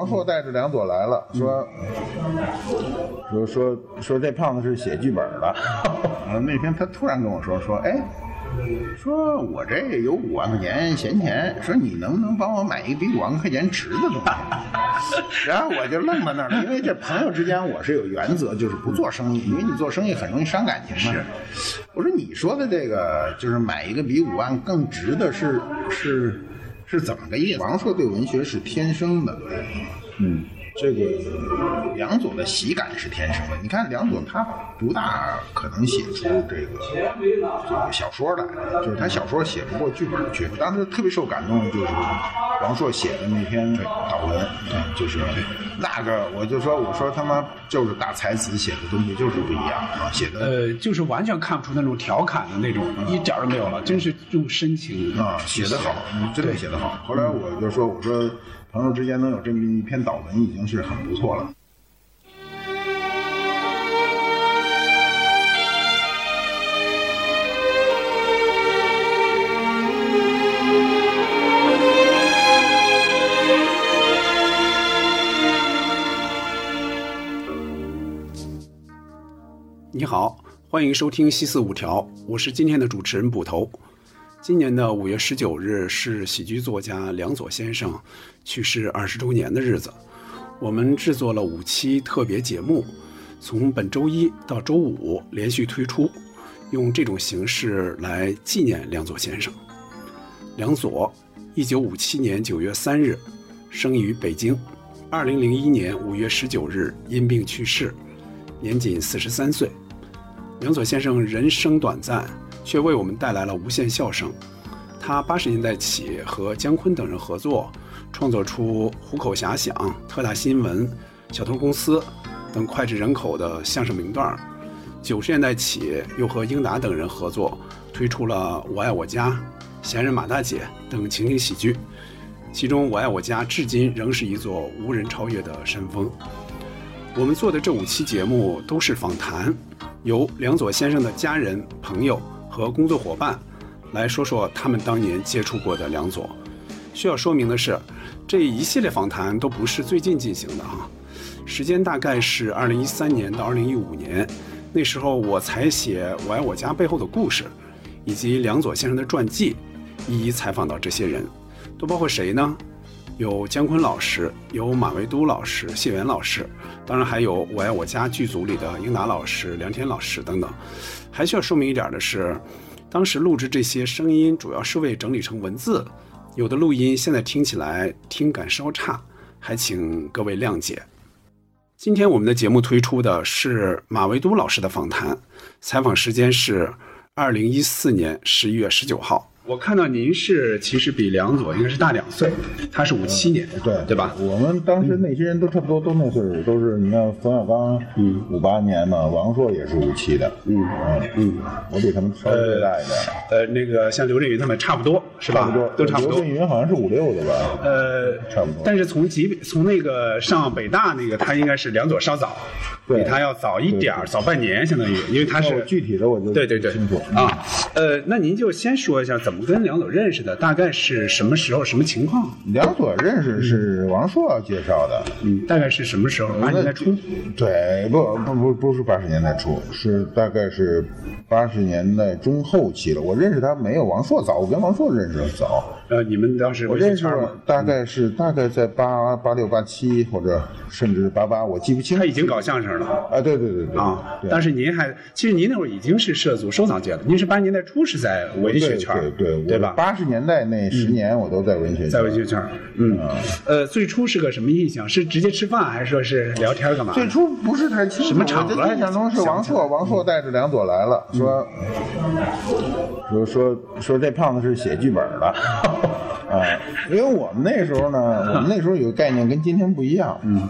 皇后带着梁左来了，说说说说这胖子是写剧本的。呃那天他突然跟我说说，哎，说我这有五万块钱闲钱，说你能不能帮我买一比五万块钱值的东西？ 然后我就愣在那儿了，因为这朋友之间我是有原则，就是不做生意，因为你做生意很容易伤感情嘛。我说你说的这个就是买一个比五万更值的是是。是怎么个意思？王朔对文学是天生的，嗯，这个梁左的喜感是天生的。你看梁左他不大可能写出这个这个小说来，就是他小说写不过剧本去。当时特别受感动，就是王朔写的那篇悼文，嗯就是那个我就说我说他妈就是大才子写的东西就是不一样啊，写的呃，就是完全看不出那种调侃的那种，一点儿都没有了，真是用深情啊，写得好，嗯真的写得好。后来我就说，我说朋友之间能有这么一篇悼文，已经是很不错了。你好，欢迎收听《西四五条》，我是今天的主持人捕头。今年的五月十九日是喜剧作家梁左先生去世二十周年的日子，我们制作了五期特别节目，从本周一到周五连续推出，用这种形式来纪念梁左先生。梁左，一九五七年九月三日生于北京，二零零一年五月十九日因病去世，年仅四十三岁。梁左先生人生短暂，却为我们带来了无限笑声。他八十年代起和姜昆等人合作，创作出《虎口遐想》《特大新闻》《小偷公司》等脍炙人口的相声名段儿。九十年代起又和英达等人合作，推出了《我爱我家》《闲人马大姐》等情景喜剧。其中，《我爱我家》至今仍是一座无人超越的山峰。我们做的这五期节目都是访谈，由梁左先生的家人、朋友和工作伙伴来说说他们当年接触过的梁左。需要说明的是，这一系列访谈都不是最近进行的啊，时间大概是二零一三年到二零一五年，那时候我才写《我爱我家》背后的故事，以及梁左先生的传记，一一采访到这些人，都包括谁呢？有姜昆老师，有马未都老师、谢元老师，当然还有《我爱我家》剧组里的英达老师、梁天老师等等。还需要说明一点的是，当时录制这些声音主要是为整理成文字，有的录音现在听起来听感稍差，还请各位谅解。今天我们的节目推出的是马未都老师的访谈，采访时间是二零一四年十一月十九号。我看到您是其实比梁左应该是大两岁，他是五七年，对对吧？我们当时那些人都差不多都那岁数，都是你看冯小刚，嗯，五八年嘛，王朔也是五七的，嗯嗯，我比他们稍微大一点，呃，那个像刘震云他们差不多呃是吧？差不多，都差不刘多震。云好像是五六的吧，呃，差不多但是从级从那个上北大那个，他应该是梁左稍早，对比他要早一点儿，早半年相当于，因为他那我是具体的我就对对对不清楚，啊，呃，那您就先说一下怎么跟梁左认识的，大概是什么时候，什么情况？梁左认识是王朔介绍的，嗯，大概是什么时候？八十年代初，对，不不不不是八十年代初，是大概是八十年代中后期了。我认识他没有王朔早，我跟王朔认识的早。呃，你们当时我文学认识圈嘛，大概是大概在八八六八七或者甚至八八，我记不清他。已经搞相声了。啊，对对对对啊，对但是您还，其实您那会儿已经是涉足收藏界了。您是八十年代初是在文学圈，对对对对吧？嗯八十年代那十年我都在文学圈，在文学圈儿，嗯，呃，最初是个什么印象？是直接吃饭，还是说是聊天儿干嘛？最初不是太清楚，什么场合我的印象中是王朔，王朔带着梁左来了，说说说说这胖子是写剧本 的。啊，因为我们那时候呢，我们那时候有个概念跟今天不一样。嗯，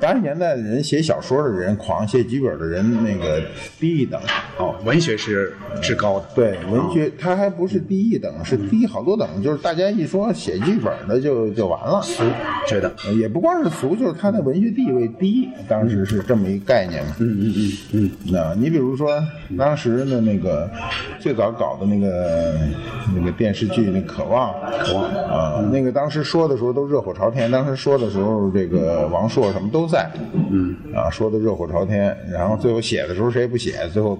八十年代的人写小说的人，狂写剧本的人，那个低一等。哦，文学是至高的，对，文学它还不是低一等，是低好多等，就是大家一说写剧本的就就完了。俗觉得，也不光是俗，就是他的文学地位低，当时是这么一个概念嘛。嗯嗯嗯嗯。那你比如说当时的那个最早搞的那个那个电视剧《那渴望》忘了，我忘了啊。那个当时说的时候都热火朝天，当时说的时候这个王朔什么都在，嗯啊，说的热火朝天。然后最后写的时候谁也不写，最后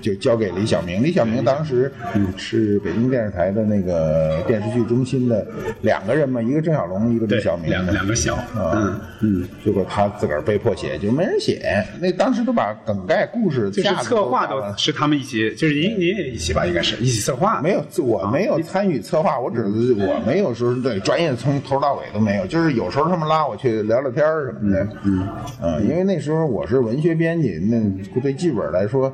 就交给李小明。李小明当时是北京电视台的那个电视剧中心的两个人嘛，一个郑晓龙，一个李小明，两两个小，嗯嗯，啊结果他自个儿被迫写，就没人写。那当时都把梗概、故事、就是架子策划打完都是他们一起，就是您您也一起吧，应该是一起策划。没有，我啊没有参与策划，我只嗯是我没有说是对专业从头到尾都没有，就是有时候他们拉我去聊聊天儿什么的，嗯，啊，因为那时候我是文学编辑，那对剧本来说，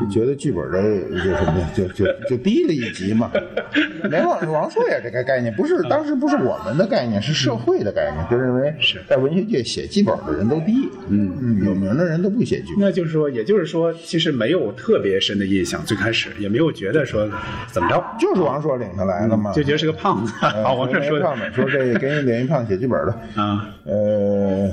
就觉得剧本的就什么就就就低了一级嘛。没王王朔也这个概念，不是当时不是我们的概念，是社会的概念，就认为是在文学界写剧本的人都低，嗯嗯，有名的人都不写剧本。那就是说，也就是说，其实没有特别深的印象，最开始也没有觉得说怎么着，就是王朔领他来的嘛，嗯就觉得是 个胖子。呃啊，王这连说云胖的本说 这跟连云胖写剧本的，啊，呃，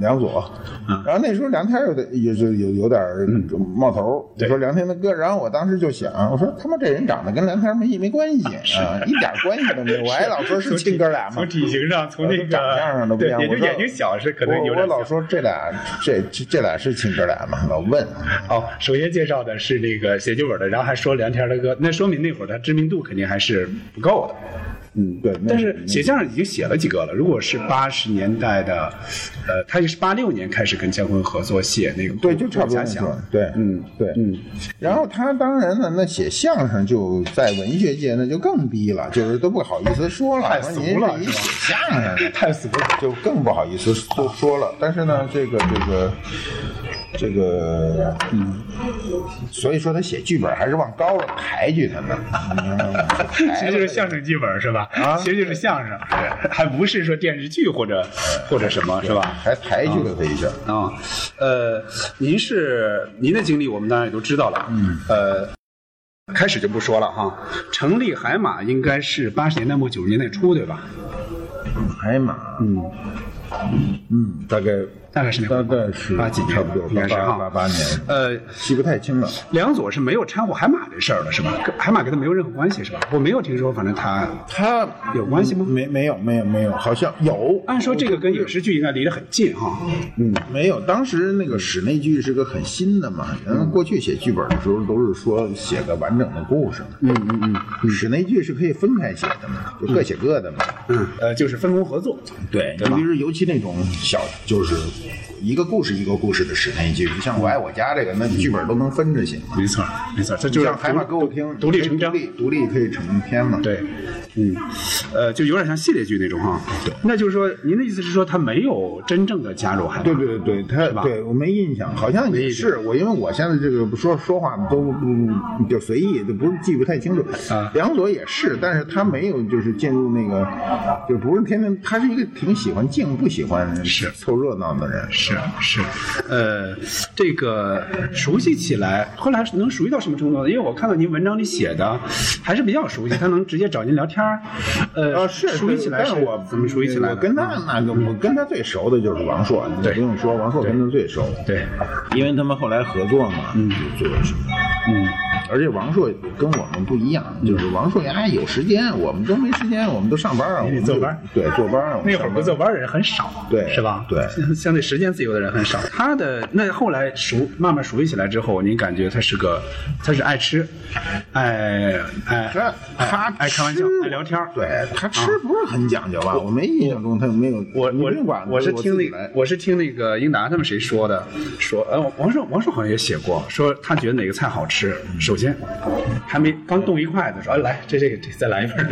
梁左，嗯然后那时候梁天有点有有有有点儿冒头，对说梁天的歌，然后我当时就想，我说他妈这人长得跟梁天没没关系啊，一点关系都 没有，我还老说是亲哥俩嘛从。体型上，从那个长相上都不一对，样，也就我说眼睛小是可能我有我点老像。说这俩这这这俩是亲哥俩嘛，老问，哦，首先介绍的是那个写剧本的，然后还说梁天的歌，那说明那会儿他知名度肯定还是不够的。嗯，对，那但是写相声已经写了几个了。如果是八十年代的，呃，他也是八六年开始跟姜昆合作写那个《对，就差不多瞎那想种。对，嗯，对， 嗯。然后他当然了，那写相声就在文学界那就更低了，就是都不好意思说了，太说俗您了是一是吧写相声的，哎 太俗 了。就更不好意思说说了。但是呢，这个这个这个，嗯，所以说他写剧本还是往高了抬举他们，你明白吗？其实 就是相声剧本是吧？啊其实就是相声，还不是说电视剧或者或者什么是吧？还抬举了他一下。啊、呃，您是您的经历，我们当然也都知道了。嗯，呃，开始就不说了哈。成立海马应该是八十年代末九十年代初，对吧？哎海马，嗯嗯，大概大概是那会大儿概是八几年差不多应该是八哈八八年，呃，记不太清了。梁左是没有掺和海马这事儿的是吧？跟海马跟他没有任何关系是吧？我没有听说，反正他他有关系吗没没有没有没有，好像有。按说这个跟影视剧应该离得很近哈。嗯，没有。当时那个室内剧是个很新的嘛，然后过去写剧本的时候都是说写个完整的故事嘛。嗯嗯嗯，室内剧是可以分开写的嘛，就各写各的嘛。嗯，呃，就是分工合作。对，吧尤其是尤其那种小，就是一个故事一个故事的室内剧，你像《我爱我家》这个，那剧本都能分着写嘛。没错，没错，这就你是像《海马歌舞厅》独立成章独。立独立可以成篇嘛。对，嗯，呃，就有点像系列剧那种哈。那就是说，您的意思是说他没有真正的加入海马？对对对，他是吧对我没印象，好像也是我，因为我现在这个说说话都不就随意，都不是记不太清楚。啊梁左也是，但是他没有就是进入那个，就不是天天，他是一个挺喜欢静，不喜欢是凑热闹的人。是是，呃，这个熟悉起来，后来能熟悉到什么程度呢？因为我看到您文章里写的，还是比较熟悉，他能直接找您聊天儿，呃，啊，是熟悉起来但是我怎么熟悉起来的？嗯我跟他那个，我跟他最熟的就是王朔，你对不用说，王朔跟他最熟，对，因为他们后来合作嘛，嗯，就就是。嗯，而且王朔跟我们不一样，就是王朔哎有时间，我们都没时间，我们都上班啊，我你们坐就班儿对坐班啊儿，我们那会儿上不班坐班儿的人很少，对是吧？对相相对时间自由的人很少。他的那后来熟，慢慢熟悉起来之后，您感觉他是个，他是爱吃，爱爱他他爱爱开玩笑吃，爱聊天儿对他吃不是很讲究吧？我没印象中他没有，我你不我用管，我是自己听那来我是听那个英达他们谁说的，说呃王朔王朔好像也写过，说他觉得哪个菜好吃，嗯首先还没刚动一筷子，说啊来这这这再来一份儿，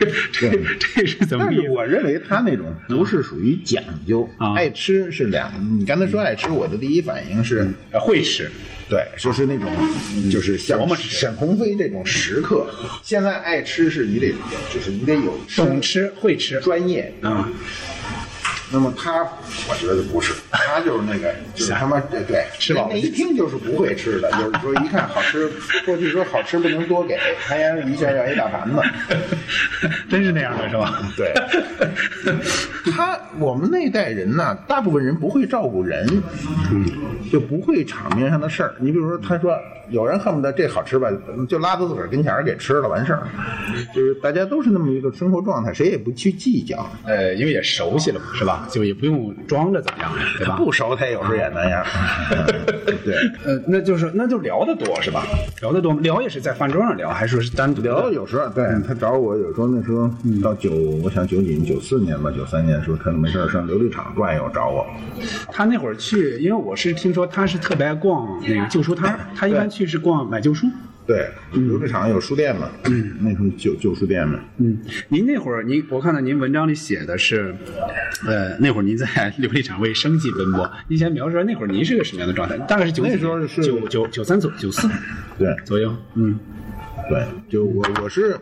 这这这是怎么但意是思？我认为他那种不是属于讲究，啊爱吃是两。你刚才说爱吃，我的第一反应是，呃会吃，对，就是那种，就是像嗯琢磨着吃沈鸿飞这种食客。现在爱吃是你得，就是你得有懂吃会吃，专业，啊，那么他，我觉得不是，他就是那 个，就是他妈对对，吃饱了那一听就是不会 吃的，就是说一看好吃，过去说好吃不能多给，他家是一下要一大盘 子。真是那样的是吧？ 对，他我们那代人呐、大部分人不会照顾人，嗯，就不会场面上的事儿。你比如说，他说有人恨不得这好吃吧，就拉到自个儿跟前儿给吃了完事儿，就是大家都是那么一个生活状态，谁也不去计较。呃，因为也熟悉了嘛，是吧？就也不用装着怎么样，啊对吧？不熟他有时候也那样， 对。呃，那就是那就聊得多是吧？聊得多，聊也是在饭桌上聊，还是说是单独的聊有时候，嗯对他找我，有时候那时候到九，我想九几九四年吧，九三年的时候，他没事儿上琉璃厂转悠找我。他那会儿去，因为我是听说他是特别爱逛那个旧书摊儿，他一般去是逛买旧书。对，琉璃厂有书店嘛，那时候旧旧书店嘛，嗯，您那会儿您我看到您文章里写的是，呃，那会儿您在 琉璃厂为生计奔波。您先描述一下那会儿您是个什么样的状态？大概是九那时候是九九九三左九四对左右，嗯，对，就我我是。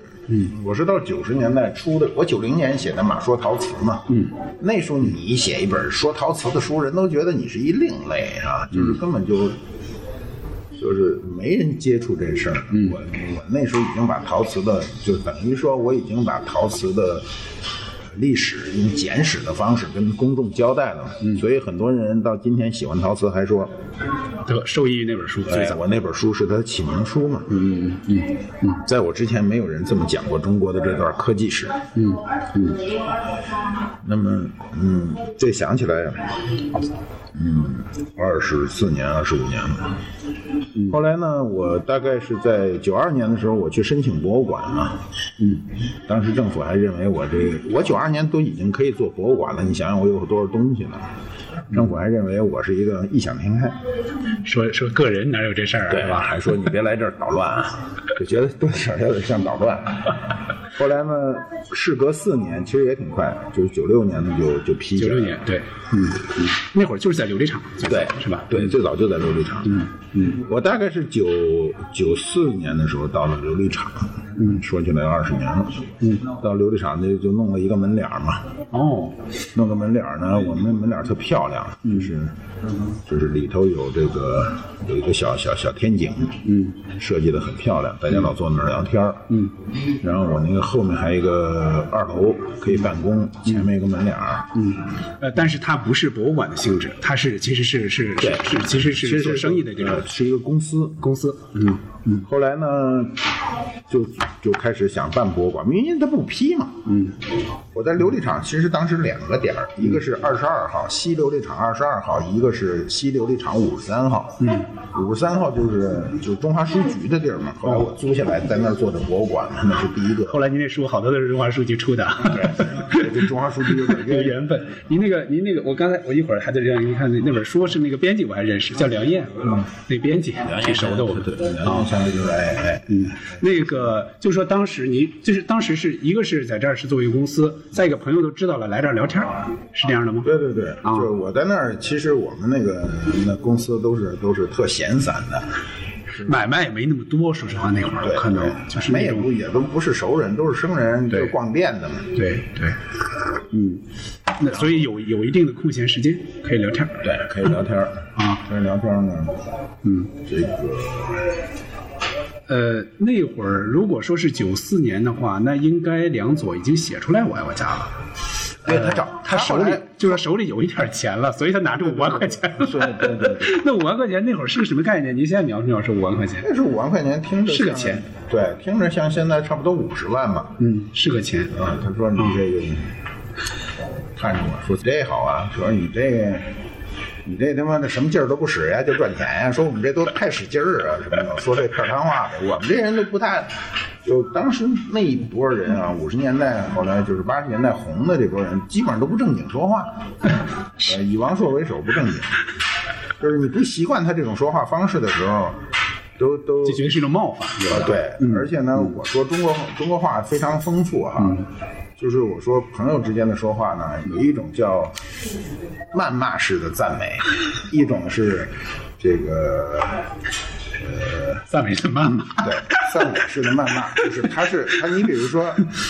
我是到九十年代初的，我九零年写的《马说陶瓷》嘛，嗯，那时候你写一本说陶瓷的书，人都觉得你是一另类啊，就是根本就就是没人接触这事儿。我我那时候已经把陶瓷的，就等于说我已经把陶瓷的历史用简史的方式跟公众交代了嘛。所以很多人到今天喜欢陶瓷，还说，得受益于那本书最哎，早。我那本书是他的启蒙书嘛。嗯嗯嗯。在我之前，没有人这么讲过中国的这段科技史。嗯嗯。那么，嗯，这想起来，嗯，二十四年、二十五年了。后来呢，我大概是在九二年的时候，我去申请博物馆嘛。嗯，当时政府还认为我这个，我九二年都已经可以做博物馆了，你想想我有多少东西呢？政府还认为我是一个异想天开，说说个人哪有这事儿啊，对是吧？吧？还说你别来这儿捣乱啊，就觉得多少有点像捣乱。后来呢，事隔四年，其实也挺快，就是九六年的就就批九下来六了年，对，嗯，嗯那会儿就是在琉璃厂，最早对，是吧？对，最早就在琉璃厂。嗯嗯，我大概是九九四年的时候到了琉璃厂。嗯，说起来二十年了。嗯，到琉璃厂就就弄了一个门脸儿嘛，哦，弄个门脸儿呢，我们那门脸儿特漂亮，就是就是里头有这个有一个小小小天井，嗯，设计的很漂亮，大家老坐那儿聊天儿。嗯，然后我那个后面还有一个二楼可以办公，前面有个门脸儿。嗯，呃，但是它不是博物馆的性质，它是其实是是是对是其实是做生意的这个呃个是一个公司。公司，嗯，后来呢，就就开始想办博物馆，明明他不批嘛。嗯，我在琉璃厂，其实当时两个点儿，一个是二十二号西琉璃厂二十二号，一个是西琉璃厂五十三号。嗯，五十三号就是就是中华书局的地儿嘛。后来我租下来，在那儿做的博物馆，那是第一个。后来您那书好多都是中华书局出的， 对，这中华书局有点有渊源。缘分。您那个，您那个，我刚才我一会儿还在这样一看，那本书是那个编辑我还认识，叫梁燕，嗯那编辑挺熟的我们。然后相当于就是哎哎，嗯，那个就说当时您就是当时是一个是在这儿是作为一个公司，再一个朋友都知道了来这儿聊天儿，是这样的吗？对对对，哦就是我在那儿，其实我们那个那公司都是都是特闲散的，买卖也没那么多，说实话那会儿对，可能对就是没那也种不也都不是熟人，都是生人，就对是逛店的嘛。对对，嗯，那所以有有一定的空闲时间可以聊天儿。对，可以聊天儿啊，可以聊天儿呢。嗯，这个呃，那会儿如果说是九四年的话，那应该梁左已经写出来我爱我家了。对他找他手后里来就是手里有一点钱了，所以他拿出五万块钱了。对对对对， 那五万块钱那会儿是个什么概念？您现在描述描述五万块钱，那是五万块钱，听着是个像钱，对，听着像现在差不多五十万吧。嗯，是个钱啊，他说你这个，看着我说这好啊，说你这个。你这他妈的什么劲儿都不使呀，就赚钱呀！说我们这都太使劲儿啊，什么的，说这片儿汤话的，我们这人都不太，就当时那一波人啊，五十年代后来就是八十年代红的这波人，基本上都不正经说话，呃，以王朔为首不正经，就是你不习惯他这种说话方式的时候，都都这绝对是一种冒犯。啊，对，而且呢，我说中国中国话非常丰富哈，就是我说朋友之间的说话呢，有一种叫谩骂式的赞美，一种是这个赞美是谩骂，对，散美式的谩骂，就是他是他，你比如说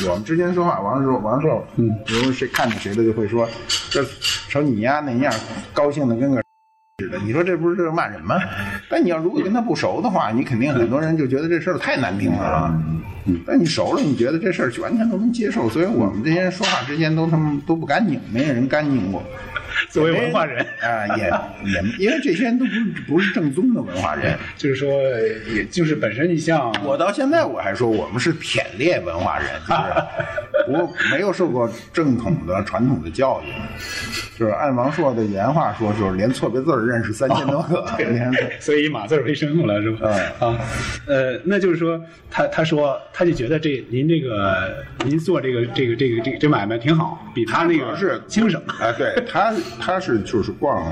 我们之前说话，王硕王硕，嗯，比如谁看见谁的就会说，这瞅你呀那样高兴的跟个似的，你说这不是骂人吗？但你要如果跟他不熟的话，你肯定很多人就觉得这事儿太难听了嗯啊。但你熟了，你觉得这事儿完全都能接受，所以我们这些人说话之间都他妈都不干净，没有人干净过。作为文化人，啊，也也因为这些人都不是不是正宗的文化人，就是说，也就是本身你像我到现在我还说我们是舔猎文化人，就是我没有受过正统的传统的教育，就是按王朔的原话说，就是连错别字儿认识三千多个，连所以以码字儿为生活了，是吧？嗯啊，呃，那就是说，他他说他就觉得这您这个您做这个这个这个这个这买卖挺好，比他那主要个是轻省。啊，对他他是就是逛，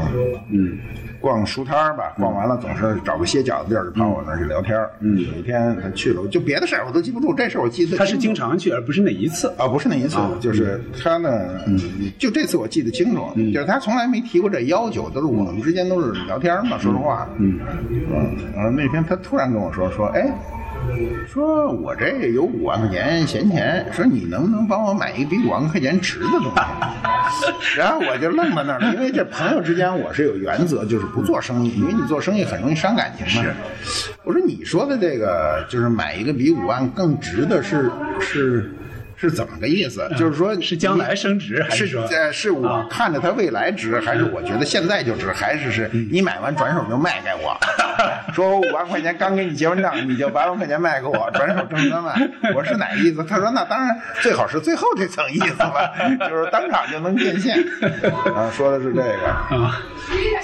嗯，逛书摊儿吧，逛完了总是找个歇脚的地儿，就跑我那儿去聊天儿。嗯，有一天他去了，我就别的事儿我都记不住，这事儿我记得他是清经楚常去，而不是那一次。啊，不嗯是那一次，就是他呢，就这次我记得清楚，就是他从来没提过这要求，都是我们之间都是聊天嘛，说实话，嗯，嗯，那天他突然跟我说说，哎。说我这有五万块钱闲钱，说你能不能帮我买一比五万块钱值的东 西？然后我就愣在那儿了，因为这朋友之间我是有原则，就是不做生意，因为你做生意很容易伤感情嘛。是，我说你说的这个就是买一个比五万更值的是是是怎么个意思？就是说嗯是将来升值还是是说呃，是我看着它未来值，还是我觉得现在就值，还是是你买完转手就卖给我？说五万块钱刚给你结完账，你就八万块钱卖给我，转手挣三万。我说哪意思？他说那当然最好是最后这层意思吧，就是当场就能变现。啊，说的是这个。啊？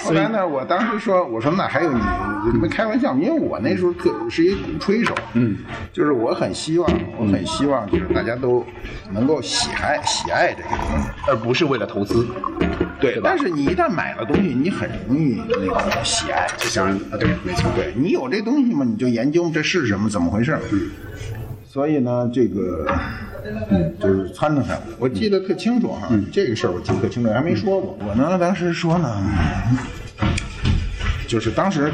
后来呢，我当时说，我说那还有你，你们开玩笑，因为我那时候特是一鼓吹手，嗯，就是我很希望，我很希望就是大家都能够喜爱喜爱这个东西，而不是为了投资。对吧但是你一旦买了东西，你很容易那个喜爱，就当然啊，对，没错，对你有这东西嘛，你就研究这是什么，怎么回事。嗯。所以呢，这个，嗯，就是撺掇他。我记得特清楚哈，这个事儿我记得特清楚，还没说过。我呢，当时说呢，就是当时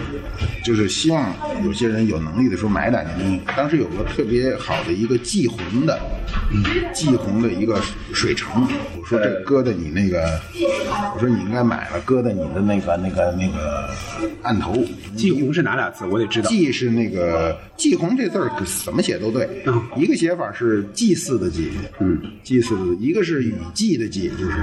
就是希望有些人有能力的时候买点东西。当时有个特别好的一个霁红的，嗯霁红的一个水橙，我说这搁在你那个，我说你应该买了，搁在你的那个那个那个案头。季红是哪俩字？我得知道。祭是那个祭红这字儿可怎么写都对，一个写法是祭祀的祭，嗯，祭祀的，一个是雨季的季，就是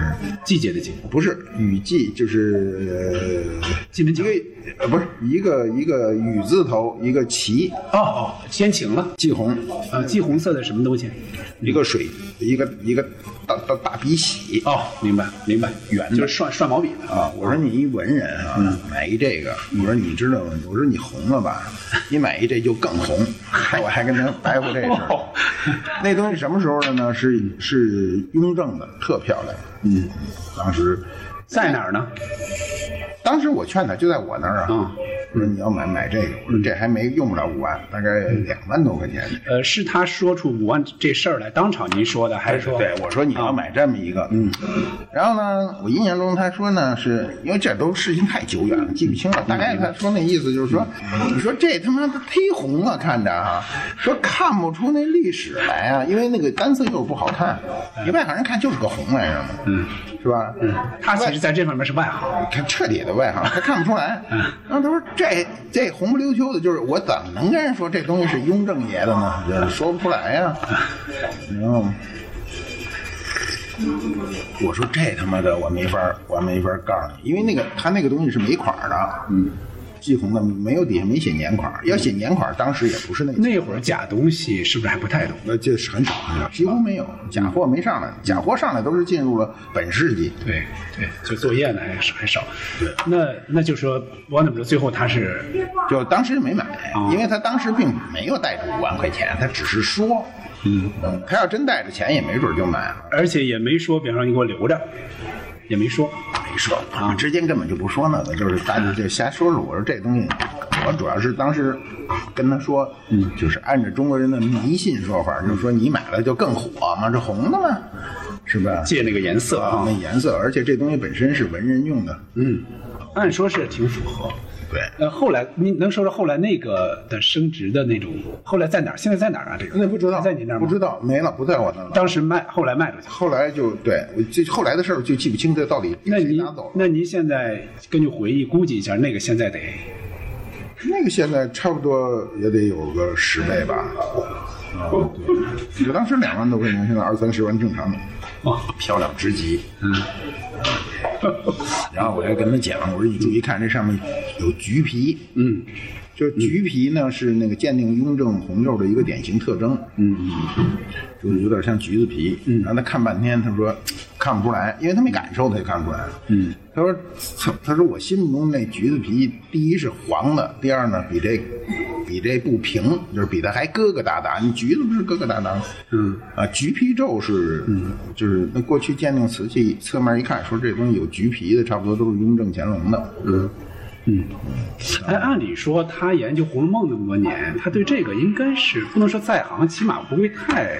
季节的季，不是雨季就是西门庆一个呃不是一个一个雨字头一个旗，哦哦，先请了。祭红，啊，季红色的什么东西？一个水一个一个大大大笔洗哦，明白明白，圆的就是涮涮毛笔的。啊！我说你一文人啊，买一这个，我说你知道吗？我说你红了吧？你买一这就更红。我还跟他白活这事 儿。哦那东西什么时候的呢？是是雍正的，特漂亮。嗯，当时在哪儿呢？当时我劝他就在我那儿啊，嗯我说你要买买这个，我说这还没用不了五万，大概两万多块钱。呃，是他说出五万这事儿来，当场您说的，还是说？对，我说你要买这么一个，嗯，然后呢，我印象中他说呢，是因为这都事情太久远了，记不清了。大概他说那意思就是说，你说这他妈的忒红了，看着啊，说看不出那历史来啊，因为那个单色釉不好看，你外行人看就是个红来着嘛，嗯，是吧？嗯，他其实在这方面是外行。他彻底的外行，他看不出来。然后他说这这红不溜秋的，就是我怎么能跟人说这东西是雍正爷的呢？就是说不出来呀、然后我说这他妈的我没法儿，我没法儿告诉你，因为那个他那个东西是没款儿的，嗯，霁红的没有底下没写年款儿，要写年款儿当时也不是那个。那会儿假东西是不是还不太懂？那就是很少很少，几乎没有假货没上来，假货上来都是进入了本世纪。对对，就作业呢还少还少。对，那那就说王怎么说？最后他是就当时没买，哦因为他当时并没有带着五万块钱，他只是说，嗯，他要真带着钱，也没准就买了。而且也没说，比方说你给我留着，也没说。没说，啊我们之间根本就不说那个，就是大家就瞎说说。我说这东西，我主要是当时跟他说，嗯，就是按照中国人的迷信说法，就是说你买了就更火嘛，这红的嘛，是吧？借那个颜色啊，啊那，颜色，而且这东西本身是文人用的，嗯，按说是挺符合。对，那后来你能说说后来那个的升值的那种，后来在哪儿？现在在哪儿啊？这个那不知道还在你那儿吗？不知道没了，不在我那了。当时卖，后来卖出去了。后来就对我这后来的事儿就记不清这到底那谁您拿走了。那您现在根据回忆估计一下，那个现在得那个现在差不多也得有个十倍吧。我当时两万多块钱，现在二三十万正常的。哦，漂亮之极。嗯。然后我还跟他讲，我说你注意看，这上面有橘皮。嗯。就是橘皮呢，是那个鉴定雍正红釉的一个典型特征。嗯就是有点像橘子皮。嗯。然后他看半天，他说看不出来，因为他没感受，他就看不出来。嗯。他说，他他说我心目中那橘子皮，第一是黄的，第二呢比这比这不平，就是比它还疙疙瘩瘩。你橘子不是疙疙瘩瘩吗？嗯啊，橘皮皱是，就是那过去鉴定瓷器侧面一看，说这东西有橘皮的，差不多都是雍正乾隆的。嗯，哎，按理说他研究《红楼梦》那么多年，他对这个应该是不能说在行，起码不会太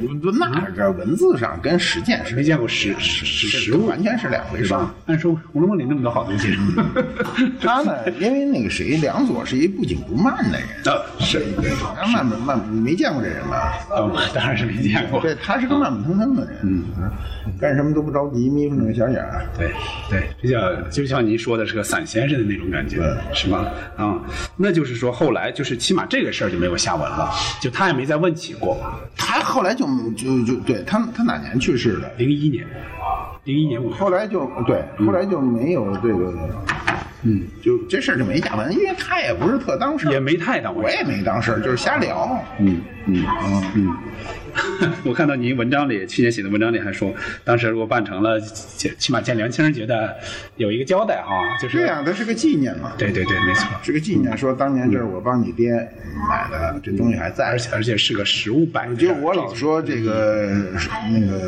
那这文字上跟实践是没见过实实实实物，完全是两回对事儿。吧？按说《红楼梦》里那么多好东西，他呢，因为那个谁，梁左是一不紧不慢的人，啊是他慢慢慢你没见过这人吧？啊，我当然是没见过。对，他是个慢慢腾腾的人，嗯，干什么都不着急，眯缝着个小眼儿。对对，比较就像您说的是个散先生的那种感觉，是吧？啊、那就是说后来就是起码这个事儿就没有下文了，就他也没再问起过。他后来就就就对他他哪年去世的？零一年，零一年五月，后来就对，后来就没有这个，嗯，就这事儿就没下文，因为他也嗯不是特当事儿，也没太当回我事也。没当事儿，就是瞎聊。 我看到您文章里去年写的文章里还说，当时如果办成了，起起码见梁清觉得有一个交代哈，就是这样，它是个啊纪念嘛，对对对，没错。是个纪念。说当年这是我帮你爹买的，这东西还在而。且而且是个实物摆的事就儿，我老说这嗯个那个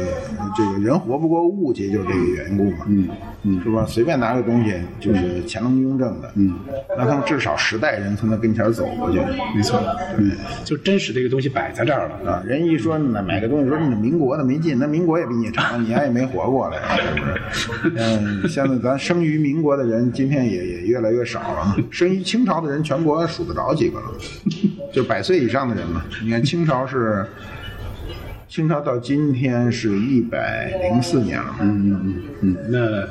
这个人活不过物去，就这个缘故嘛，嗯嗯，是吧？随便拿个东西，就是乾隆雍正的，嗯，那他们至少十代人从他跟前走过去，没错，嗯，就真实的一个东西摆在这儿了。啊，人一说买买个东西，说你民国的没劲，那民国也比你长，你还也没活过来，啊是不是？嗯，现在咱生于民国的人，今天也也越来越少了。生于清朝的人，全国数得着几个了， 就百岁以上的人嘛。你看清朝是。清朝到今天是一百零四年了嘛，那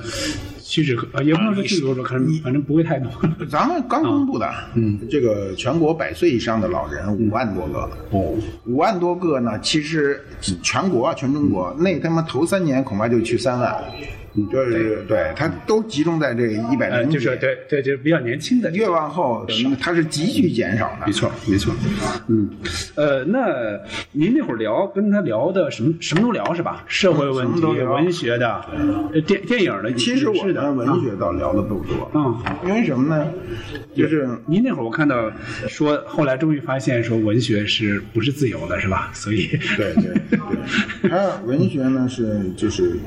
屈指可呃也不能说屈指可数，可能反正不会 太多。咱们刚公布的，嗯，这个全国百岁以上的老人五万多个，哦，五万多个呢，其实全国啊，全中国嗯那他妈头三年恐怕就去三万，就是对，它都集中在这一百呃，零就是对对，就是比较年轻的。越往后它是急剧减少的没。错，没错，嗯，呃，那您那会儿聊跟他聊的什么什么都聊是吧？社会问什么题、都聊文学的，呃电电影的，其实我是的们文学倒聊的不多，嗯，因为什么呢？就是您那会儿我看到说，后来终于发现说文学是不是自由的，是吧？所以 对对 对，还有文学呢是就是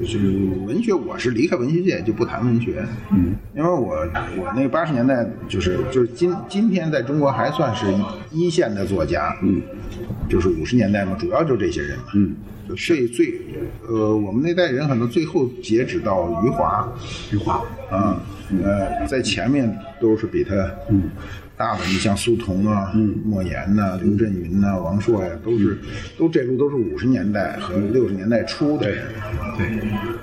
就是文学，我是离开文学界就不谈文学，嗯，因为我我那个八十年代就是就是今今天在中国还算是一线的作家，嗯，就是五十年代嘛，主要就这些人嘛，嗯。最最，呃，我们那代人可能最后截止到余华，余华，嗯啊，呃，在前面都是比他大的，你像苏童啊、嗯莫言呐、刘震云呐、王朔呀、都是都这路都是五十年代和六十年代初的人。嗯对，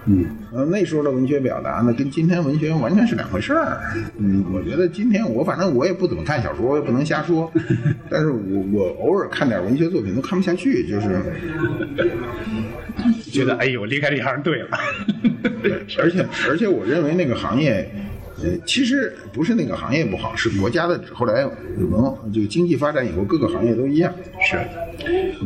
嗯呃，那时候的文学表达呢，跟今天文学完全是两回事儿。嗯，我觉得今天我反正我也不怎么看小说，我也不能瞎说， 但是我我偶尔看点文学作品都看不下去，就是。觉得哎呦离开这行对了， 而且而且我认为那个行业，呃，其实不是那个行业不好，是国家的后来文就经济发展以后，各个行业都一样。是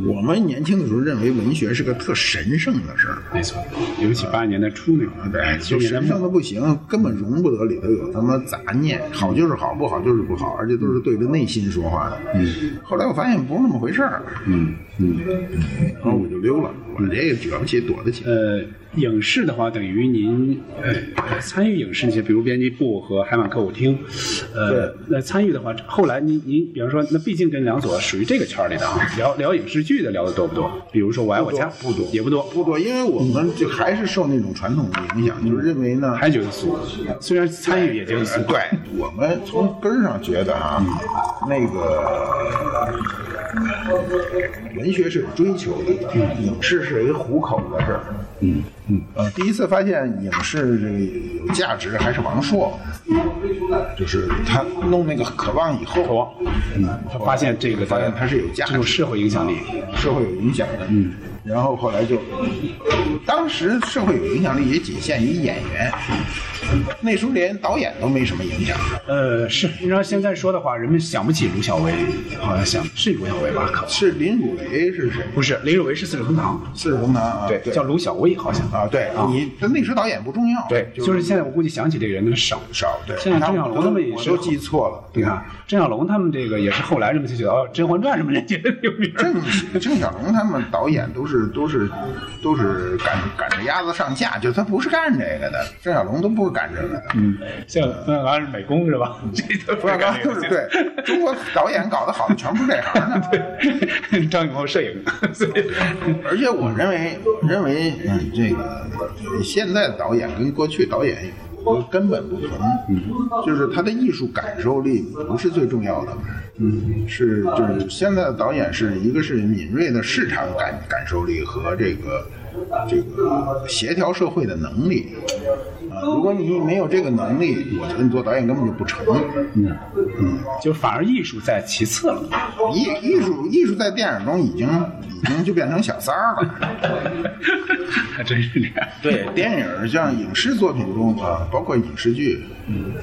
我们年轻的时候认为文学是个特神圣的事儿。没错，尤其八十年代初那会儿，对，九哎就十神年代末圣的不行，根本容不得里头有他妈杂念，好就是好，不好就是不好，而且都是对着内心说话的。嗯，后来我发现不是那么回事儿。嗯嗯，然后我就溜了，我这个惹不起，躲得起。呃，影视的话，等于您呃参与影视那些，比如编辑部和海马歌舞厅，呃，那参与的话，后来您您比方说，那毕竟跟梁左属于这个圈儿里的 啊，聊聊影视剧的聊的多不多？比如说《我爱我家》，不多也不多，不多，因为我们就还是受那种传统的影响，就是认为呢，还觉得俗，虽然参与也觉得俗，对，我们从根儿上觉得啊，嗯那个文学是有追求的，嗯影视是一个糊口的事儿。嗯嗯，呃，第一次发现影视这个有价值还是王朔，就是他弄那个《渴望》以渴后，望，嗯，他发现这个发现它是有价值这种社会影响力，社会有影响的。嗯，然后后来就，当时社会有影响力也仅限于演员，那时候连导演都没什么影响。呃，是，你要现在说的话，人们想不起卢小薇，好像想是卢小薇吧？可是林汝为是谁？不是，林若维是四世同堂，四世同堂啊，对，叫卢小薇，好像啊，对啊你这那时导演不重要，对，就就是现在我估计想起这个人的少。少，对，现在郑晓我龙他们也我是都记错了。你看，郑晓龙他们这个也是后来人们就觉得哦，《甄嬛传》什么人觉得有名儿。郑郑 晓龙他们导演都是都是都是赶赶着鸭子上架，就他不是干这个的，郑晓龙都不是干这个的，嗯，像那好像是美工是吧？嗯这都不是干干这都个是的对中国导演搞得好的全不是这行的。对，张艺谋摄影，所以 而且我认为，我认为嗯，这个现在导演跟过去导演有根本不同，就是他的艺术感受力不是最重要的，嗯，是就是现在的导演是一个是敏锐的市场感感受力和这个这个协调社会的能力。啊，如果你没有这个能力，我觉得你做导演根本就不成。就反而艺术在其次了。 艺艺术艺术在电影中已经已经就变成小三儿了。还真是这样。对 电影儿像影视作品中啊，包括影视剧，嗯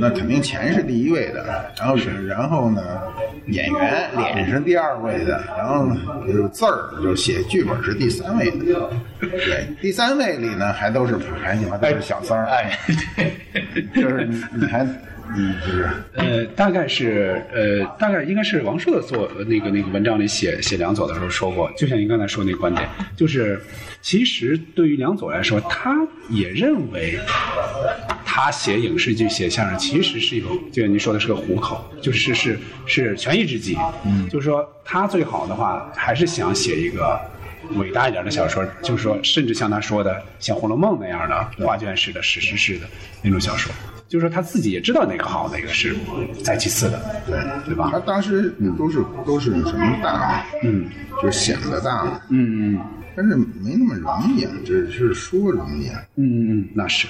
那肯定钱是第一位的，然后是然后呢，演员脸是第二位的，然后呢就是字儿就是写剧本是第三位的，对，第三位里呢还都是还行吧，都是小三儿，哎，就是你你还你就是呃，大概是呃，大概应该是王朔的作呃那个那个文章里写写梁左的时候说过，就像您刚才说那个观点，就是其实对于梁左来说，他也认为他写影视剧、写相声其实是一个，就像您说的是个糊口，就是是是权宜之计。嗯，就是说他最好的话还是想写一个。伟大一点的小说，就是说，甚至像他说的，像《红楼梦》那样的画卷式的、史诗式的那种小说，就是说他自己也知道哪个好，哪个是在其次的，对。对他吧？当时都是、都是什么大，嗯，就是显得大，嗯但是没那么容易啊，只是说容易啊。嗯嗯嗯，那是。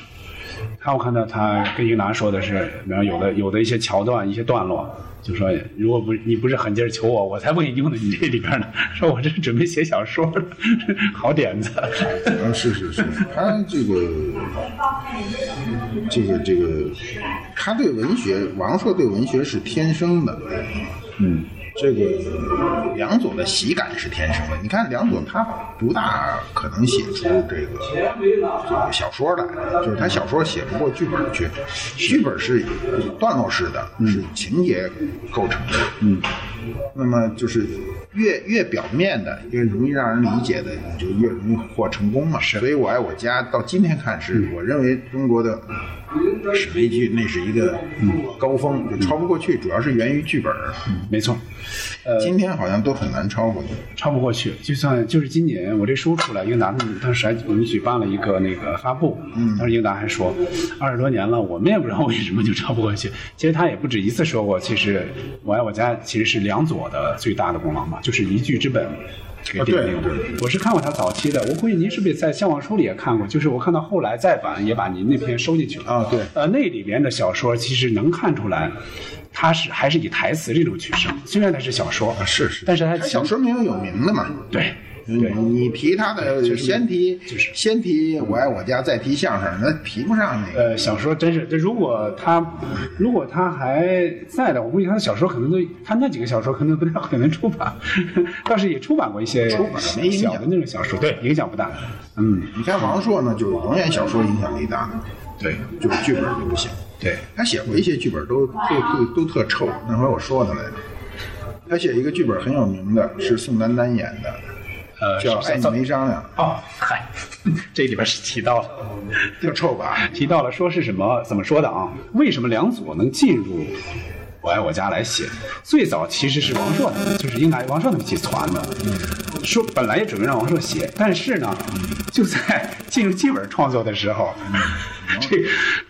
他我看到他跟英达说的是，然后有的有的一些桥段、一些段落，就说如果不是你不是狠劲儿求我，我才不给你用到你这里边呢。说我这准备写小说了， 好点子。啊，是是是，他这个，这个这个，他对文学，王朔对文学是天生的，嗯，这个梁左的喜感是天生的。你看梁左他不大可能写出这个这个小说来，就是他小说写不过剧本去，剧本是段落式的，是情节构成的，嗯。那么就是越越表面的，越容易让人理解的，你就越容易获成功嘛。所以我哎爱我家到今天看嗯是，我认为中国的史悲剧那是一个嗯高峰，嗯就超不过去，主要是源于剧本儿。没错，呃今天好像都很难超过去。超不过去。就算就是今年我这书出来，英达他们当时还我们举办了一个那个发布，嗯当时英达还说，二十多年了，我们也不知道为什么就超不过去。其实他也不止一次说过，其实我爱我家其实是梁左的最大的功劳嘛，就是一句之本。给啊奠对定的。我是看过他早期的，我估计您是不是在《向往书》里也看过？就是我看到后来再版也把您那篇收进去了啊对呃，那里边的小说其实能看出来，它是还是以台词这种取胜，虽然它是小说，啊是是但啊是它他强小说没有有名的嘛。对你对，你提他的就是先提，就是先提我爱我家，再提相声，那提不上那个。呃，小说真是，这如果他如果他还在的，我估计他的小说可能都他那几个小说可能不太可能出版， 倒是也出版过一些出版了没影响小的那种小说，对，影响不大。嗯，你看王朔呢，就是永远小说影响力大，对就是剧本就不行。对，他写过一些剧本都都都都特臭，那回我说他来着。他写一个剧本很有名的，是宋丹丹演的，呃，叫是爱你没商量，哦，嗨， 这里边是提到了，就臭吧。提到了说是什么怎么说的啊？为什么梁左能进入《我爱我家》来写？最早其实是王朔，就是应该王朔他们一起传的。说本来也准备让王朔写，但是呢，就在进入剧本创作的时候，嗯这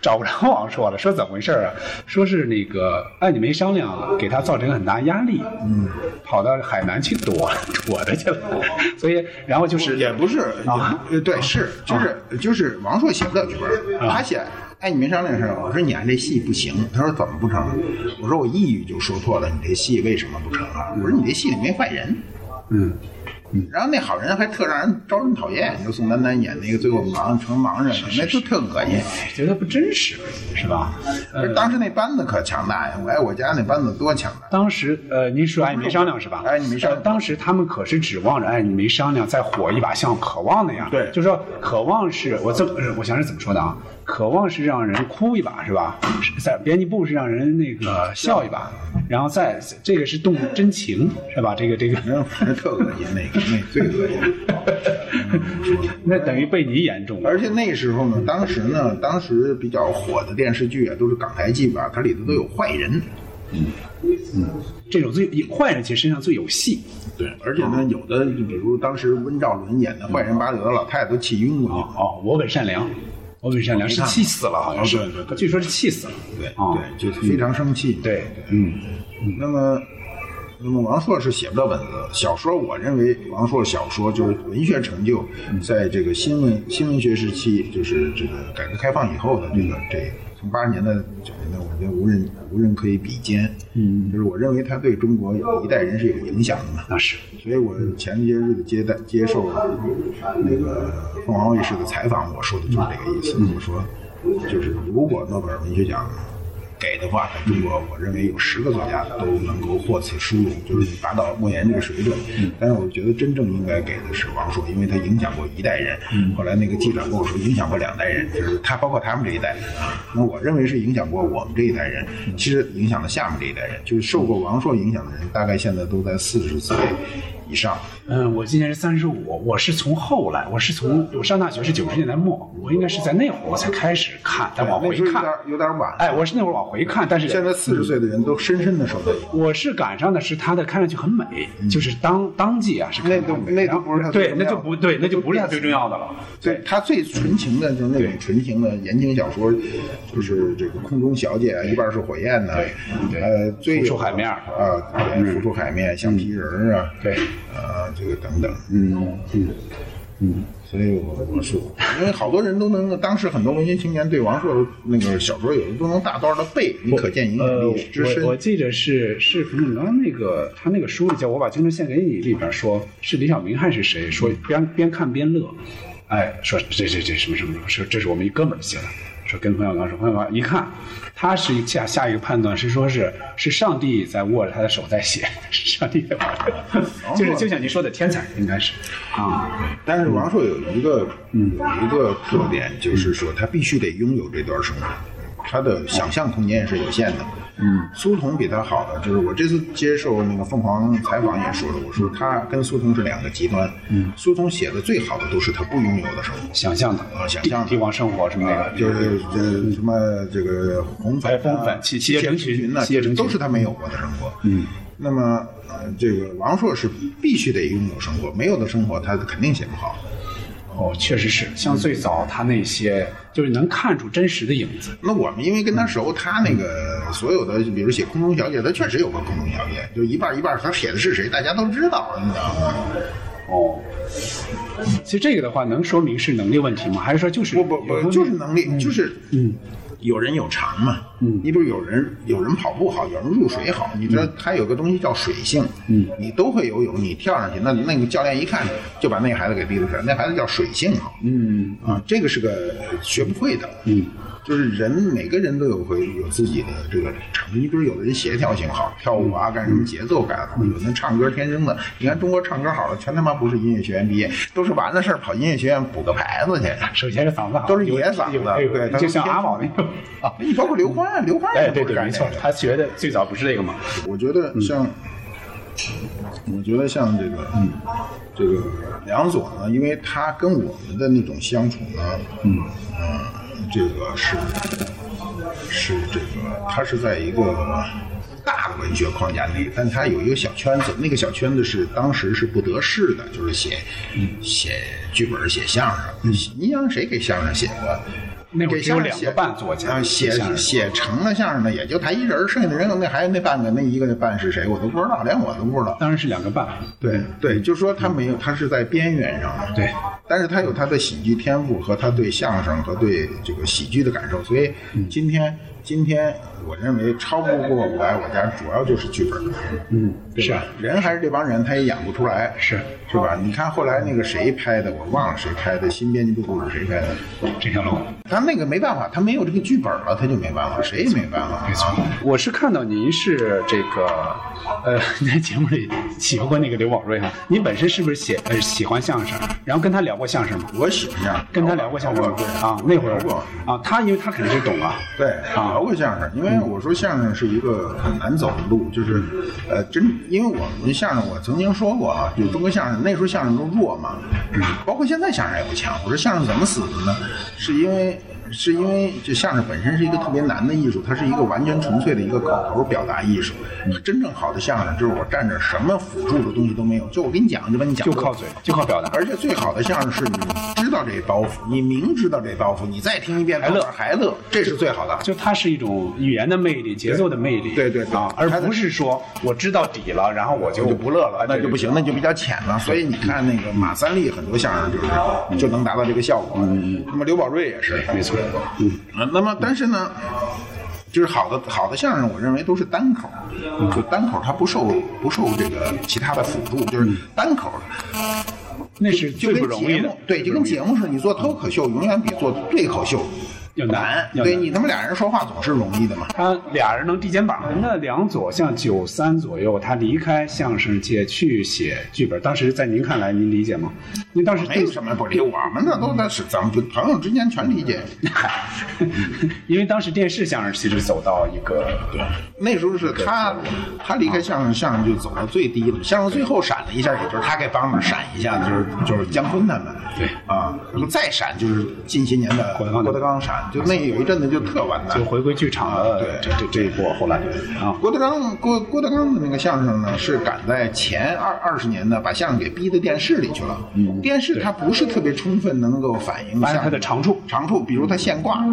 找不着王朔了。说怎么回事啊？说是那个爱你没商量啊，给他造成很大压力，嗯，跑到海南去躲躲着去了。所以，然后就是也不是啊，啊也呃对，是就是就是王朔写不了剧本，他写。哎，你没商量的事儿。我说你看这戏不行。他说怎么不成？我说我一语就说破了，你这戏为什么不成啊？我说你这戏里没坏人。嗯。然后那好人还特让人招人讨厌，就宋丹丹演那个最后盲成盲人了，那就特恶心。觉得不真实，是吧？呃，当时那班子可强大呀！我哎爱我家那班子多强大！当时呃，您说哎，你没商量是吧？哎你没商量呃当时他们可是指望着哎，你没商量再火一把，像渴望那样。对就说渴望是我这么，呃我想是怎么说的啊？渴望是让人哭一把是吧？是在编辑部是让人那个笑一把，然后再这个是动真情是吧？这个这个， 人人特恶心，那个那最恶心。嗯那等于被你演中了。而且那时候呢，当时呢，当时比较火的电视剧啊，都是港台剧吧，它里头都有坏人。这种最坏人其实身上最有戏，对，而且嗯呢，有的就比如当时温兆伦演的坏人巴德，老太太都气晕过去哦了。哦，我本善良，我本善良是气死了，好像是，哦哦对对对据说是气死了，对哦对，就是非常生气。对，嗯，那么，那么王朔是写不了文字的小说。我认为王朔小说就是文学成就，在这个新文新文学时期，就是这个改革开放以后的这个这从八十年代九十年代，我觉得无人无人可以比肩。嗯，就是我认为他对中国有一代人是有影响的嘛。那是。所以我前些日子接待接受那个凤凰卫视的采访，我说的就是这个意思。我说，就是如果诺贝尔文学奖给的话，在中国我认为有十个作家都能够获此殊荣，就是达到莫言这个水准。但是我觉得真正应该给的是王朔，因为他影响过一代人。嗯后来那个记者跟我说，影响过两代人，就是他包括他们这一代人。啊那我认为是影响过我们这一代人，嗯其实影响了下面这一代人，就是受过王朔影响的人，大概现在都在四十岁。以上，嗯，我今年是三十五，我是从后来，我是从我上大学是九十年代末，我应该是在那会儿我才开始看，但哎往那回时候有看点，有点晚。哎，我是那会儿往回看，但是现在四十岁的人都深深的受到影响。我是赶上的是它的看上去很美，就是当当季啊是看那上去都很美那然都后不是它最对，重那要就的不对，那就不是它最重要的了。所以他最纯情的就是那种纯情的言情小说，就是这个空中小姐啊，一半是火焰呐、对呃，最浮出海面儿嗯啊，对，浮出海面，橡皮人儿啊，对，啊，这个等等，嗯嗯嗯，所以我我说，因为好多人都能，当时很多文学青年对王朔那个小说有的都能大段的背，你可见影响呃，力之深我。我记得是是冯小刚那个他那个书里叫《我把青春献给你》里边说，是李小明还是谁嗯说边边看边乐，哎，说这这这什么什么什么，说这是我们一哥们儿写的。说跟冯小刚说，冯小刚一看，他是一下下一个判断是说是是上帝在握着他的手在写， 是上帝在玩哦儿， 就是就像您说的天才应该是啊，但是王朔有一个、有一个特点，就是说他必须得拥有这段生活，他的想象空间也是有限的。嗯，苏童比他好的就是我这次接受那个凤凰采访也说了，我说他跟苏童是两个极端。嗯，苏童写的最好的都是他不拥有的生活。想象的啊想象的帝帝王生活什么那啊个，就是这什么这个红粉、啊、哎红粉企企业成群呢，企业成群都是他没有过的生活。嗯，那么呃，这个王朔是必须得拥有生活，没有的生活他肯定写不好。哦，确实是，像最早他那些，就是能看出真实的影子。那我们因为跟他熟，他那个所有的，比如写《空中小姐》，他确实有个《空中小姐》，就一半一半，他写的是谁，大家都知道，你知道吗？哦，其实这个的话，能说明是能力问题吗？还是说就是不不不，就是能力，就是嗯，有人有长嘛。嗯，你比如有人有人跑步好，有人入水好，你知道他有个东西叫水性，嗯，你都会游泳，你跳上去，那那个教练一看就把那个孩子给逼出去，那孩子叫水性好，嗯啊，这个是个学不会的，嗯。就是人每个人都有会有自己的这个长，你比如有的人协调性好，跳舞啊干什么节奏感好，有的人唱歌天生的。你看中国唱歌好的，全他妈不是音乐学院毕业，都是完了事儿跑音乐学院补个牌子去。首先是嗓子好，都是有野嗓子有有对他就像天阿宝那种啊。你包括刘欢，刘欢哎，也对不是对，干没嗯这错个，他学的最早不是这个嘛？我觉得像我觉得像这个，嗯，这个梁左呢，因为他跟我们的那种相处呢，嗯，嗯这个是是这个，他是在一个大的文学框架内，但他有一个小圈子，那个小圈子是当时是不得势的，就是写、嗯写剧本、写相声。你想谁给相声写过？那会儿给只相有声两写个半作家啊，写相声写成了相声的也就他一人儿，剩下的人那还有那半个那一个那半是谁我都不知道，连我都不知道。当然是两个半，对对，就说他没有，他是在边缘上的，对，但是他有他的喜剧天赋和他对相声和对这个喜剧的感受，所以嗯今天、今天我认为超不过我爱我家，主要就是剧本，嗯，对是吧？人还是这帮人，他也演不出来，是啊是吧？你看后来那个谁拍的，我忘了谁拍的，新编辑部故事谁拍的，这条路。他那个没办法，他没有这个剧本了，他就没办法，谁也没办法，啊没错。我是看到您是这个，呃，你 在节目里喜欢过那个刘宝瑞哈、您本身是不是喜呃喜欢相声？然后跟他聊过相声吗？我喜欢相声，跟他聊过相声吗对啊？那会儿聊过啊，他因为他肯定是懂啊，对，啊聊过相声，因为我说相声是一个很难走的路，就是，呃，真，因为我们相声，我曾经说过啊，就中国相声那时候相声都弱嘛，嗯包括现在相声也不强。我说相声怎么死的呢？是因为是因为这相声本身是一个特别难的艺术，它是一个完全纯粹的一个口头表达艺术。真正好的相声就是我站着什么辅助的东西都没有，就我给你讲，就把你讲就过靠嘴，就靠表达。而且最好的相声是你知道这包袱，你明知道这包袱，你再听一遍还乐到哪儿还乐，这是最好的。就它是一种语言的魅力、节奏的魅力，对对对啊，而它的不是说我知道底了，然后我就就不乐了，那就不行，那了。就比较浅了。嗯所以你看那个马三立很多相声就是就能达到这个效果，那么刘宝瑞也是，没错，啊，那么但是呢，就是好的好的相声，我认为都是单口，就单口它不受不受这个其他的辅助，就是单口那是就最不跟容易节的目，对，就跟节目似的，你做脱口秀永远比做对口秀要难要对难你他妈俩人说话总是容易的嘛，他俩人能递肩膀。那梁左像九三左右，他离开相声界去写剧本，当时在您看来，您理解吗？您当时没对有什么不理，我们那都在是咱们朋友之间全理解。 因为当时电视相声其实走到一个那时候是他，他离开相声，相声就走到最低了。相声最后闪了一下，也就是他给帮着闪一下的，就是就是姜昆他们。对啊，然后再闪就是近些年的郭德纲郭德纲闪，就那有一阵子就特完蛋就。回归剧场的对这这这一波，后来啊，郭德纲郭郭德纲的那个相声呢，是赶在前二二十年呢，把相声给逼到电视里去了。嗯，电视它不是特别充分能够反映发现相他的声长处。嗯长处，比如他现挂，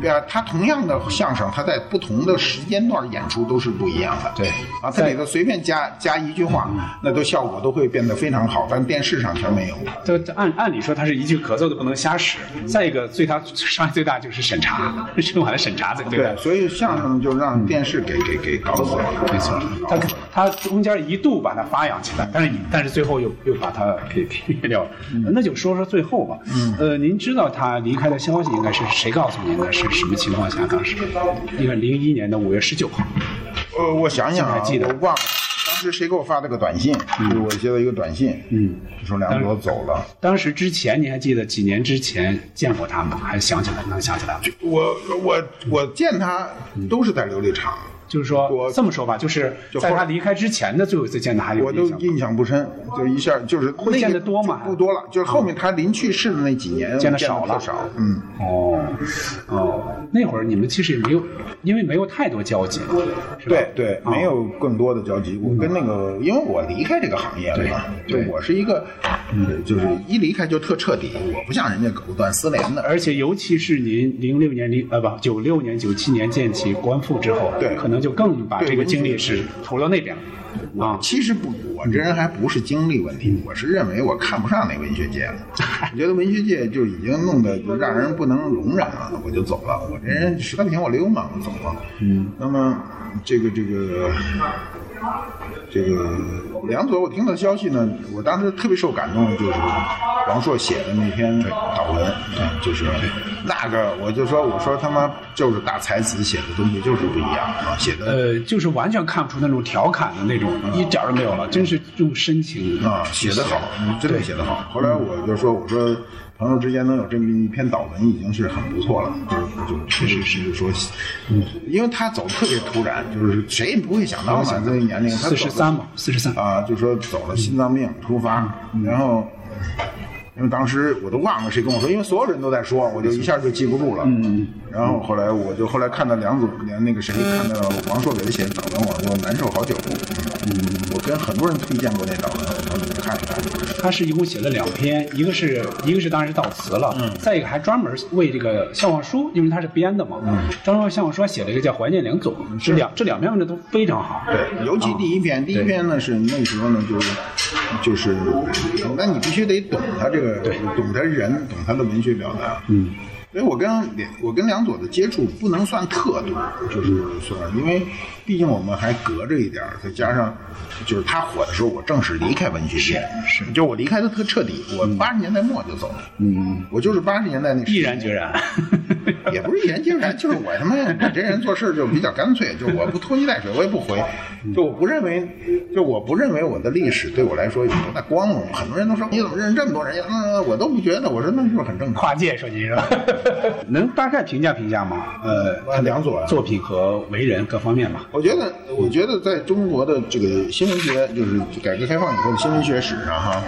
对啊，他同样的相声，他在不同的时间段演出都是不一样的。对嗯啊，他里头随便加加一句话，那都效果都会变得非常好，但电视上全没有。这这按按理说，他是一句咳嗽都不能瞎使。再一个，最大 伤害最大就是审查，春晚的审查最对待。所以相声就让电视给给给搞死了。没错，他他中间一度把它发扬起来，但是但是最后又又把它给给灭掉了。嗯那就说说最后吧。呃，您知道他离开的消息应该是谁告诉您的？是什么情况下？当时应该零一年的五月十九号。呃，我想想啊，记得我忘了当时谁给我发了个短信，就是我接到一个短信，嗯，说梁左走了。当时之前您还记得几年之前见过他吗？还想起来能想起来吗？我我我见他都是在琉璃厂，就是说我这么说吧，就是就后在来他离开之前的最后一次见他还有我都印象吗。印象不深，就一下就是会见得多吗不多了，就是后面他临去世的那几年见得少少了少，嗯，哦，哦，那会儿你们其实也没有，因为没有太多交集，是吧哦对对，没有更多的交集。我跟那个，因为我离开这个行业了嘛，就嗯对嗯我是一个，呃就是一离开就特彻底，我不像人家藕断丝连的。而且尤其是您零六年零呃不九六年九七年建起官复之后，对可能就更把对这个文学精力是投到那边了啊。其实不，我这人还不是经历问题，我是认为我看不上那文学界 了。我觉得文学界就已经弄得就让人不能容忍了，我就走了。我这人实在不行我流氓我走了。嗯，那么这个这个这个梁左，我听到消息呢，我当时特别受感动，就是王朔写的那篇悼文，啊，就是那个，我就说我说他妈就是大才子写的东西就是不一样啊，写的。呃，就是完全看不出那种调侃的那种，一点儿都没有了，真是用深情嗯啊，写得好，嗯真的写得好。后来我就说，我说朋友之间能有这么一篇祷文已经是很不错了，就是就是是是是说，嗯，因为他走得特别突然，就是谁也不会想到嘛，这个年龄他四走十得三嘛，四十三，啊，就说走了心脏病突发，然后因为当时我都忘了谁跟我说，因为所有人都在说，我就一下就记不住了。嗯，然后后来我就后来看到梁总连那个谁看到王朔给他写的导文，我我难受好久。嗯，我跟很多人推荐过那导文，我说你看一看。他是一共写了两篇，一个是一个是当时悼词了，再一个还专门为这个笑忘书，因为他是编的嘛，张若昀笑忘书还写了一个叫《怀念梁总》，这两这两篇文章都非常好。对，尤其第一篇，第一篇呢是那时候呢就是就是，那你必须得懂他这个，懂他人，懂他的文学表达。嗯，所以我跟梁我跟梁左的接触不能算特多，就是算，因为毕竟我们还隔着一点儿，再加上就是他火的时候，我正式离开文学界，是，就我离开的特彻底，我八十年代末就走了，嗯，我就是八十年代那时毅然决然，也不是一言惊人，就是我他妈我这人做事就比较干脆，就我不拖泥带水，我也不回，就我不认为，就我不认为我的历史对我来说有多大光荣。很多人都说你怎么认识这么多人呀？嗯，我都不觉得，我说那就是很正常。 跨界说你 是吧？能大概评价评价吗？呃，啊梁左啊作品和为人各方面吧。我觉得，我觉得在中国的这个新闻学，就是改革开放以后的新闻学史上哈，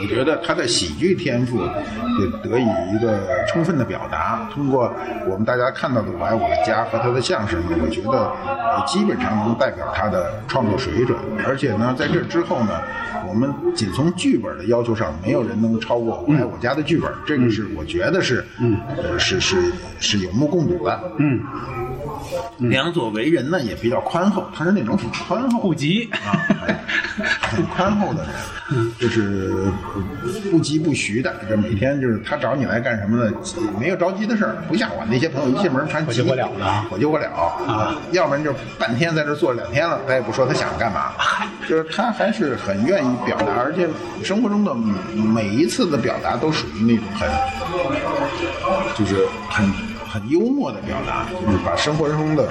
我觉得他的喜剧天赋也得以一个充分的表达。通过我们大家看到的《我爱我的家》和他的相声呢，我觉得呃基本上能代表他的创作水准。而且呢，在这之后呢，我们仅从剧本的要求上，没有人能超过《我爱我家》的剧本。这个是我觉得是，呃，是是是有目共睹的。梁左为人呢也比较宽厚，他是那种很宽厚不急，啊，哎 很宽厚的人，就是不急不徐的，这每天就是他找你来干什么呢？没有着急的事儿，不像我那些朋友一进门全急火急火燎的啊火急火燎啊，要不然就半天在这坐了两天了，他也不说他想干 嘛，就是他还是很愿意表达，而且生活中的每一次的表达都属于那种很就是很很幽默的表达，就是把生活中的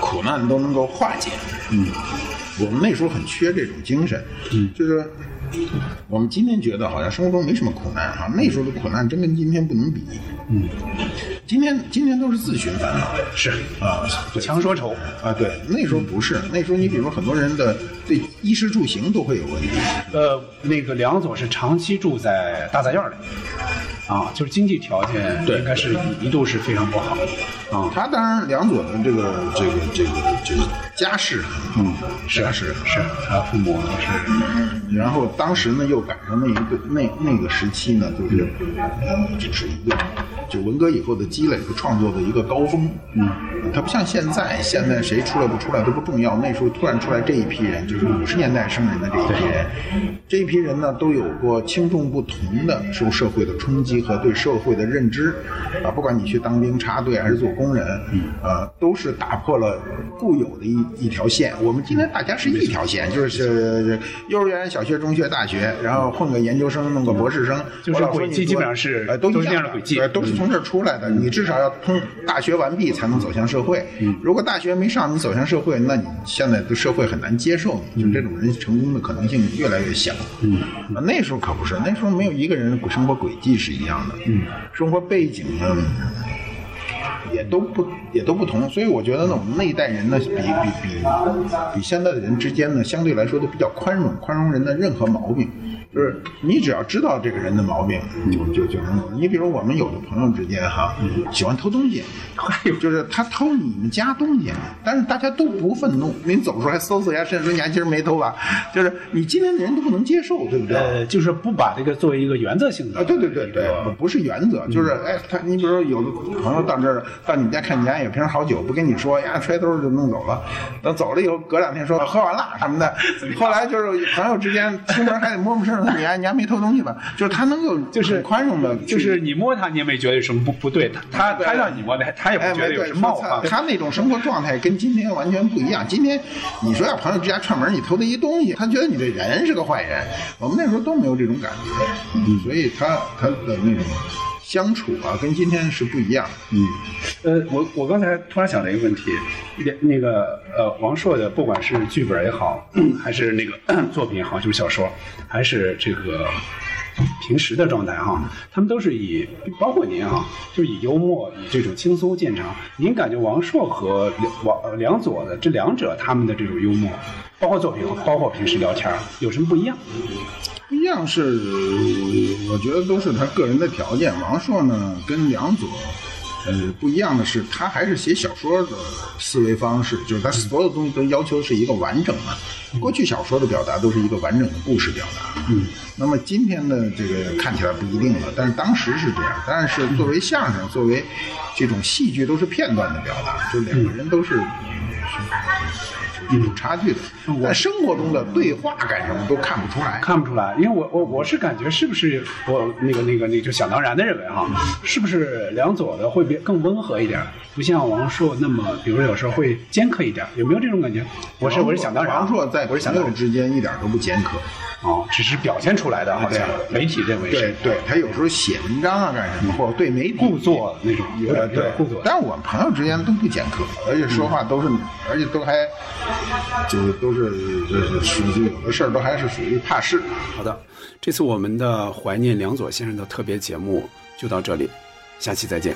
苦难都能够化解。嗯，我们那时候很缺这种精神。嗯，就是我们今天觉得好像生活中没什么苦难哈，那时候的苦难真跟今天不能比。嗯，今天今天都是自寻烦恼是啊，对强说愁，啊，对，那时候不是，那时候你比如说很多人的对衣食住行都会有问题。呃，那个梁左是长期住在大杂院里，啊，就是经济条件对应该是一度是非常不好的，啊，他当然梁左的这个这个这个这个家世，嗯，家世是他父母都是然后当时呢，又赶上那一个那那个时期呢，就是呃就是一个就文革以后的积累和创作的一个高峰。嗯，它不像现在，现在谁出来不出来都不重要。那时候突然出来这一批人，就是五十年代生人的这一批人，这一批人呢都有过轻重不同的受社会的冲击和对社会的认知啊，不管你去当兵插队还是做工人，嗯呃，都是打破了固有的一一条线。我们今天大家是一条线，就是幼儿园、小学、中学、大学，然后混个研究生，弄个博士生，就我是老说轨迹你基本多上是呃都都一是那样样的轨迹呃都是从这儿出来的。你至少要通大学完毕才能走向社会。如果大学没上，你走向社会，那你现在的社会很难接受你，就这种人成功的可能性越来越小。嗯，那时候可不是，那时候没有一个人生活轨迹是一样的。嗯，生活背景啊呢？也都不也都不同，所以我觉得呢，我们那一代人呢，比比比比现在的人之间呢，相对来说都比较宽容，宽容人的任何毛病，就是你只要知道这个人的毛病，就就就能。你比如我们有的朋友之间哈，喜欢偷东西，就是他偷你们家东西，但是大家都不愤怒，你走的时候还搜索一下，甚至说你还今儿没偷吧，就是你今天的人都不能接受，对不对？呃，就是不把这个作为一个原则性的嗯啊，对对对对，不不是原则，就是哎，他你比如说有的朋友到这儿到你家看你家有瓶好酒，不跟你说呀，揣兜儿就弄走了，等走了以后隔两天说喝完了什 么的，后来就是朋友之间出门还得摸摸身上，你还你还没偷东西吧？就是他能够就是很宽容的，就是你摸他，你也没觉得有什么不不对，他他他让你摸的，他也不哎，觉没得有对，什么说冒他犯。他那种生活状态跟今天完全不一样。今天你说要朋友之家串门，你偷他一东西，他觉得你这人是个坏人。我们那时候都没有这种感觉，嗯，所以他他的那种相处啊，跟今天是不一样。嗯，呃，我我刚才突然想了一个问题，那那个呃，王朔的不管 是剧本也好，还是那个作品也好，就是小说，还是这个平时的状态哈、他们都是以包括您哈、就是以幽默以这种轻松见长。您感觉王朔和王呃梁左的这两者他们的这种幽默，包括作品，包括平时聊天儿，有什么不一样？不一样是，呃我我觉得都是他个人的条件。王朔呢，跟梁左，呃，不一样的是，他还是写小说的思维方式，就是他所有东西都要求是一个完整嘛。过去小说的表达都是一个完整的故事表达，嗯。那么今天的这个呃看起来不一定了，但是当时是这样。但是作为相声，作为这种戏剧，都是片段的表达，就两个人都是。是有差距的，但生活中的对话感什么都看不出来。看不出来，因为我我我是感觉是不是我那个那个那个就想当然的认为哈，是不是梁左的会比更温和一点，不像王朔那么，比如说有时候会尖刻一点，有没有这种感觉？我是我是想当然，王朔在我是想朋当友然之间一点都不尖刻，哦，只是表现出来的，好像媒体认为对是对，他有时候写文章啊干什么，或者对媒体故作那种，有有点点有点故作。嗯但是我们朋友之间都不尖刻，而且说话都是，而且都还就是都是就是属于有的事儿都还是属于怕事。好的，这次我们的怀念梁左先生的特别节目就到这里，下期再见。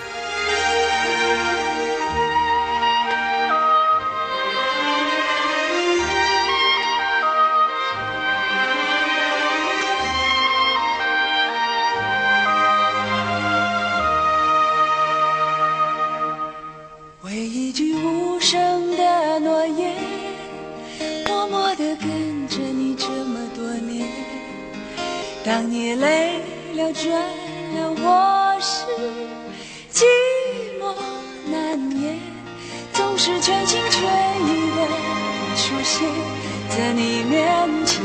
为一句无声的诺言，默默地跟着你这么多年。当你累了倦了，我是寂寞难言，总是全心全意的出现在你面前。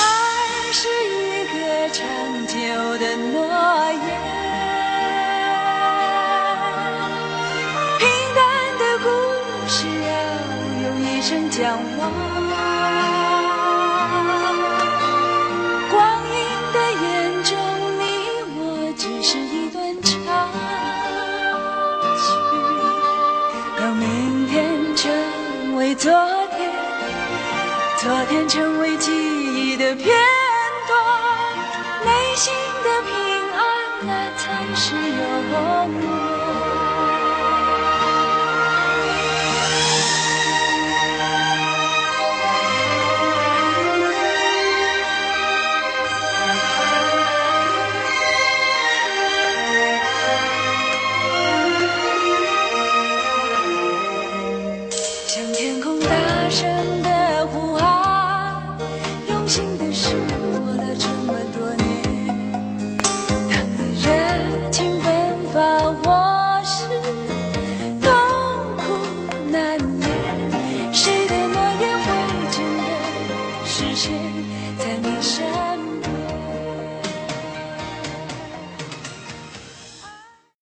爱是一个长久的诺言，平淡的故事要用一生讲完。光阴的眼中，你我只是一段插曲，让明天成为昨天。昨天成为记忆的片段，内心的平安，那才是永恒。